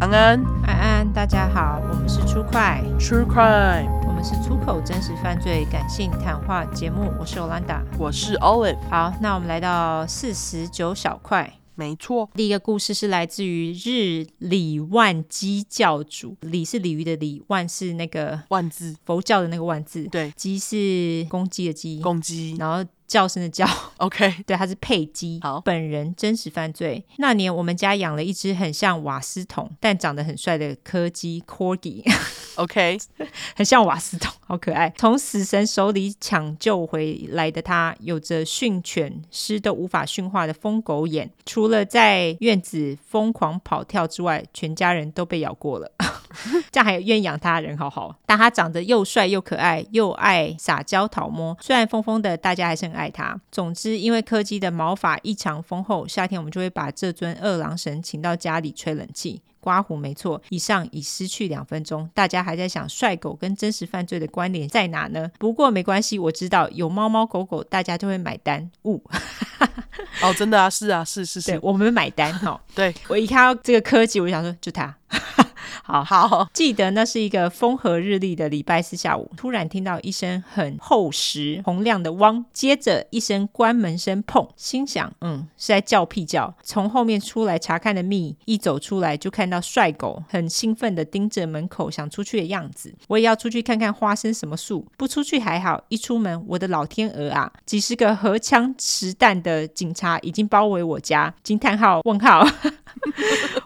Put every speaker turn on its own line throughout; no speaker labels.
安
安安，大家好，我们是出快，
，True Crime，
我们是出口真实犯罪感性谈话节目，我是 Olanda。
我是 Olive，
好，那我们来到四十九小块。
没错，
第一个故事是来自于日理万基教主，理是鲤鱼的理，万是那个
万字
佛教的那个万字，
对
鸡是公鸡的鸡，
公鸡
然后叫声的叫，
，OK，
对，他是佩姬。
好
本人真实犯罪。那年我们家养了一只很像瓦斯桶，但长得很帅的柯基 （corgi），
OK，
很像瓦斯桶，好可爱。从死神手里抢救回来的它，有着训犬师都无法驯化的疯狗眼，除了在院子疯狂跑跳之外，全家人都被咬过了。这样还愿意养它的人好好，但它长得又帅又可爱，又爱撒娇讨摸，虽然疯疯的，大家还是很爱它。总之，因为柯基的毛发异常丰厚，夏天我们就会把这尊二郎神请到家里吹冷气。刮胡没错，以上已失去两分钟，大家还在想帅狗跟真实犯罪的关联在哪呢？不过没关系，我知道有猫猫狗狗，大家就会买单。呜、
哦，真的啊，是啊，是是
对
是，
我们买单哈。
对，
我一看到这个柯基，我就想说，就它。好，
好，
记得那是一个风和日丽的礼拜四下午，突然听到一声很厚实、洪亮的“汪”，接着一声关门声“砰”，心想：“嗯，是在叫屁叫。”从后面出来查看的蜜一走出来，就看到帅狗很兴奋地盯着门口想出去的样子。我也要出去看看花生什么树，不出去还好，一出门，我的老天鹅啊！几十个荷枪实弹的警察已经包围我家。惊叹号！问号！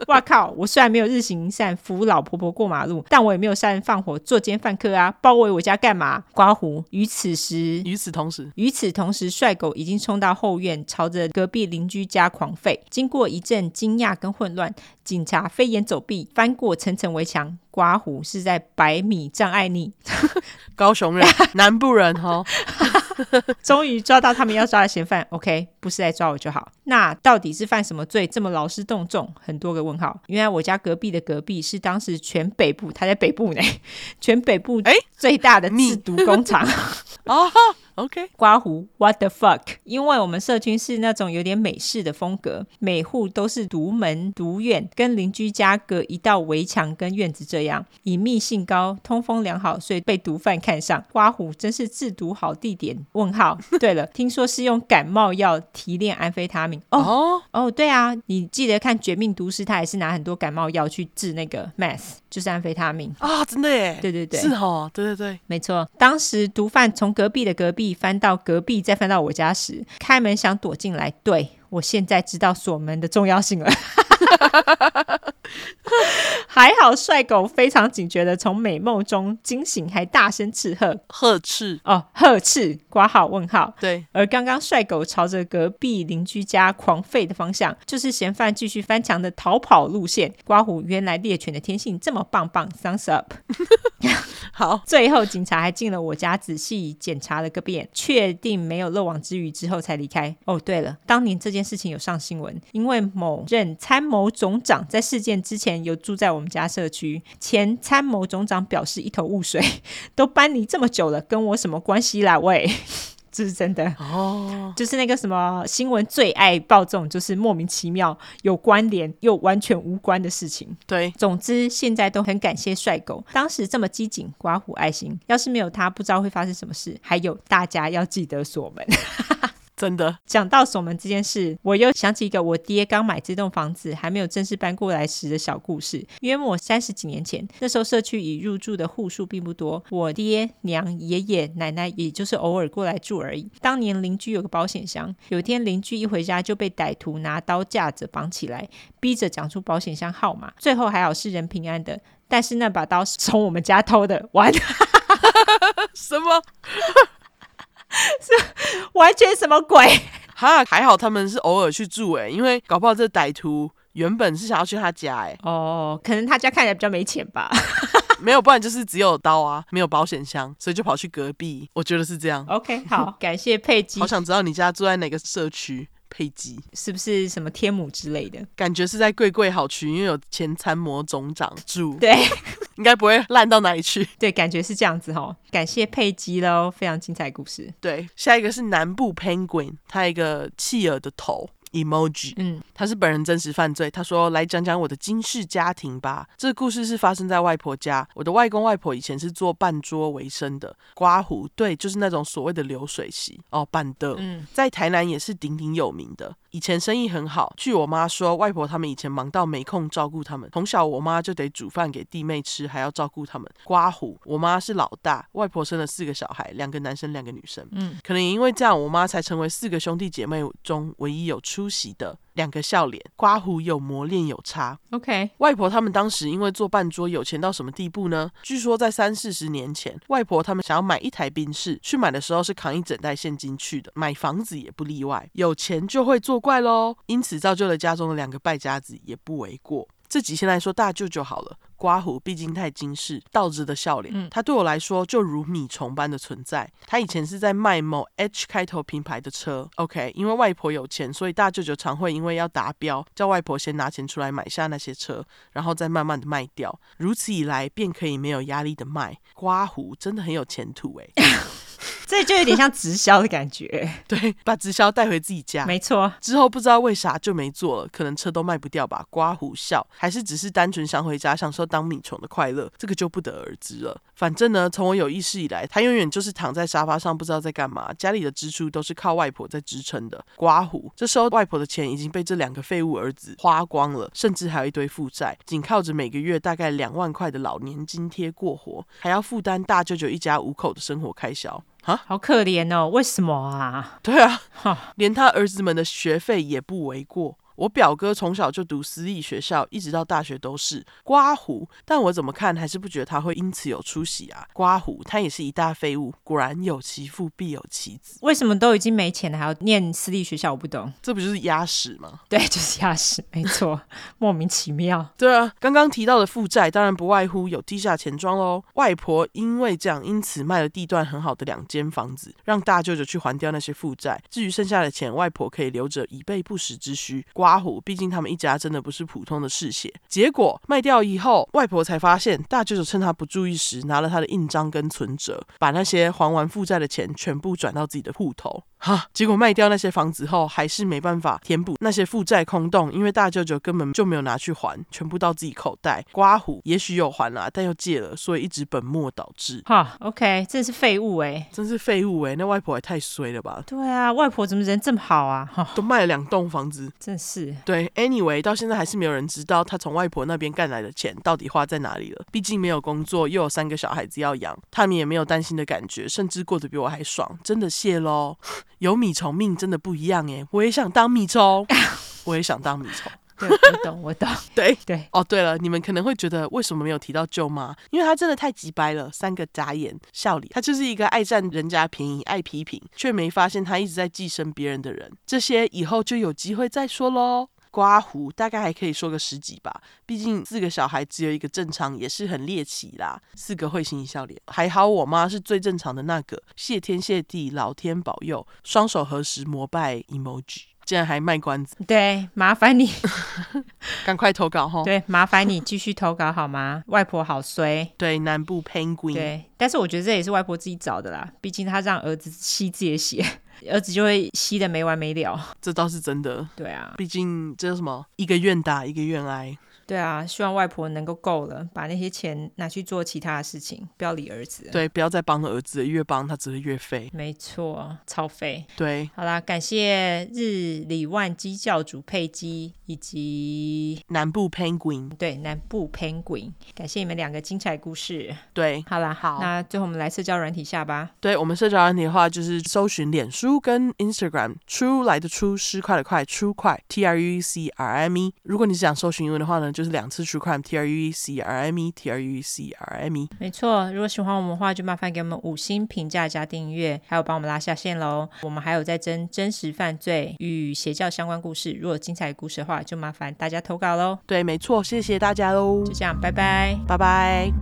哇靠！我虽然没有日行一善扶老婆婆过马路，但我也没有杀人放火、作奸犯科啊！包围我家干嘛？刮胡。于此时。
与此同时，
与此同时，帅狗已经冲到后院，朝着隔壁邻居家狂吠。经过一阵惊讶跟混乱，警察飞檐走壁，翻过层层围墙。刮胡是在百米障碍内，
高雄 人，南部人哈，
终于抓到他们要抓的嫌犯。OK，不是来抓我就好。那到底是犯什么罪这么劳师动众？很多个问号。原来我家隔壁的隔壁是当时全北部，他在北部呢，全北部
哎
最大的
你
制毒工厂。
啊哈，OK，
刮胡，What the fuck？因为我们社区是那种有点美式的风格，每户都是独门独院，跟邻居家隔一道围墙跟院子这样，隐秘性高，通风良好，所以被毒贩看上。刮胡真是制毒好地点？问号。 对了，听说是用感冒药提炼安非他命。哦
哦，
哦，对啊，你记得看《绝命毒师》，他也是拿很多感冒药去治那个 meth，就是安非他命。
啊，真的耶，
对对对，
是哦，对对对，
没错，当时毒贩从隔壁的隔壁翻到隔壁，再翻到我家时，开门想躲进来。对我现在知道锁门的重要性了。 还好，帅狗非常警觉的从美梦中惊醒，还大声斥喝
呵斥，：“
哦，呵斥！”挂号问号。
对，
而刚刚帅狗朝着隔壁邻居家狂吠的方向，就是嫌犯继续翻墙的逃跑路线。刮胡原来猎犬的天性这么棒棒，thumbs up。
好，
最后，警察还进了我家，仔细检查了个遍，确定没有漏网之鱼之后才离开。哦，对了，当年这件事情有上新闻，因为某任参谋总长在事件之前有住在我们家社区，前参谋总长表示一头雾水，都搬离这么久了，跟我什么关系啦？喂， 这是真的。
哦，
就是那个什么新闻最爱报这种，就是莫名其妙有关联又完全无关的事情。
对，
总之，现在都很感谢帅狗，当时这么机警、刮胡、爱心，要是没有他，不知道会发生什么事。还有，大家要记得锁门。
真的，
讲到锁门这件事，我又想起一个我爹刚买这栋房子还没有正式搬过来时的小故事。约莫三十几年前，那时候社区已入住的户数并不多，我爹娘、爷爷奶奶也就是偶尔过来住而已。当年邻居有个保险箱，有一天邻居一回家就被歹徒拿刀架着绑起来，逼着讲出保险箱号码，最后还好是人平安的。但是那把刀是从我们家偷的，完
什么？
完全什么鬼？
哈，还好他们是偶尔去住欸诶，因为搞不好这歹徒原本是想要去他家欸诶，
哦，可能他家看起来比较没钱吧。
没有，不然就是只有刀啊，没有保险箱，所以就跑去隔壁。我觉得是这样。
OK，好，感谢佩姬
好想知道你家住在哪个社区，佩姬，
是不是什么天母之类的？
感觉是在贵贵好区，因为有前参谋总长住，
对
应该不会烂到哪里去。
对，感觉是这样子哈。感谢佩姬喽，非常精彩的故事。
对，下一个是南部 penguin，它有一个企鹅的头， emoji，
嗯，
他是本人真实犯罪。他说：“来讲讲我的金氏家庭吧。这个故事是发生在外婆家。我的外公外婆以前是做半桌为生的，刮胡，对，就是那种所谓的流水席哦，半的。
嗯
在台南也是鼎鼎有名的。以前生意很好，据我妈说，外婆他们以前忙到没空照顾他们。从小我妈就得煮饭给弟妹吃，还要照顾他们。刮胡，我妈是老大，外婆生了四个小孩，两个男生，两个女生。
嗯，
可能也因为这样，我妈才成为四个兄弟姐妹中唯一有出息的。两个笑脸，刮胡有磨练有差。
，OK，
外婆他们当时因为做半桌有钱到什么地步呢？据说在三四十年前，外婆他们想要买一台宾士，去买的时候是扛一整袋现金去的，买房子也不例外。有钱就会作怪喽，因此造就了家中的两个败家子，也不为过。这集先来说大舅舅好了。刮胡毕竟太惊世，倒置的笑脸，
嗯
他对我来说就如米虫般的存在。他以前是在卖某 H 开头品牌的车，OK，因为外婆有钱，所以大舅舅常会因为要达标，叫外婆先拿钱出来买下那些车，然后再慢慢的卖掉。如此一来，便可以没有压力的卖。刮胡真的很有前途欸诶、
这就有点像直销的感 觉，
对，把直销带回自己家。
没错，
之后不知道为啥就没做了，可能车都卖不掉吧。刮胡笑，还是只是单纯想回家享受当米虫的快乐，这个就不得而知了。反正呢，从我有意识以来，他永远就是躺在沙发上不知道在干嘛，家里的支出都是靠外婆在支撑的。刮胡，这时候外婆的钱已经被这两个废物儿子花光了，甚至还有一堆负债，仅靠着每个月大概两万块的老年津贴过活，还要负担大舅舅一家五口的生活开销。啊，
好可怜哦，为什么啊？
对啊，
哈，
连他儿子们的学费也不为过。我表哥从小就读私立学校，一直到大学都是刮胡，但我怎么看还是不觉得他会因此有出息啊！刮胡，他也是一大废物，果然有其父必有其子，
为什么都已经没钱了，还要念私立学校？我不懂。
这不就是压屎吗？
对，就是牙齿，没错，莫名其妙。
对啊，刚刚提到的负债，当然不外乎有地下钱庄喽。外婆因为这样，因此卖了地段很好的两间房子，让大舅舅去还掉那些负债。至于剩下的钱，外婆可以留着以备不时之需。刮胡，毕竟他们一家真的不是普通的嗜血。结果卖掉以后，外婆才发现大舅舅趁他不注意时，拿了他的印章跟存折，把那些还完负债的钱全部转到自己的户头。哈，啊结果卖掉那些房子后，还是没办法填补那些负债空洞，因为大舅舅根本就没有拿去还，全部到自己口袋。刮胡也许有还啦，但又借了，所以一直本末倒置，
哈，OK，真的是废物哎、
真是废物诶、欸那外婆也太衰了吧，
对啊，外婆怎么人这么好啊？哈，
都卖了两栋房子。
真是
对，anyway，到现在还是没有人知道他从外婆那边干来的钱到底花在哪里了。毕竟没有工作，又有三个小孩子要养，他们也没有担心的感觉，甚至过得比我还爽，真的谢喽。 有米虫命真的不一样诶，我也想当米虫， 我也想当米虫。
对，我懂，我懂，
对，
对，
哦，对了，你们可能会觉得为什么没有提到舅妈？因为她真的太急掰了，三个眨眼笑脸，她就是一个爱占人家便宜、爱批评，却没发现她一直在寄生别人的人。这些以后就有机会再说喽。刮胡大概还可以说个十几吧，毕竟四个小孩只有一个正常，也是很猎奇啦。四个会心一笑脸，还好我妈是最正常的那个，谢天谢地，老天保佑，双手合十膜拜 emoji，竟然还卖关子，
对，麻烦你，
赶快投稿吼。
对，麻烦你继续投稿好吗？外婆好衰。
对，南部 penguin。
对，但是我觉得这也是外婆自己找的啦，毕竟她让儿子吸自己的血， 儿子就会吸的没完没了。
这倒是真的。
对啊，
毕竟这叫什么？一个愿打，一个愿挨。
对啊，希望外婆能够够了，把那些钱拿去做其他的事情，不要理儿子。，
对，不要再帮儿子了，越帮他只会越废。
没错，超费。
对，
好啦，感谢日理万机教主佩姬以及
南部 penguin。
对南部 Penguin，感谢你们两个精彩故事。
对，
好啦，
好
那最后我们来社交软体下吧。
对我们社交软体的话，就是搜寻脸书跟 Instagram，出来的出，失快的快，出快 T R U E C R M E。如果你是想搜寻英文的话呢，就是两次 True Crime T R U E C R M E T R U E C R M E。
没错，如果喜欢我们的话，就麻烦给我们五星评价加订阅，还有帮我们拉下线喽。我们还有在征真实犯罪与邪教相关故事，如果有精彩的故事的话，就麻烦大家投稿喽。
对，没错，谢谢大家喽
就，这样，拜拜。
拜拜。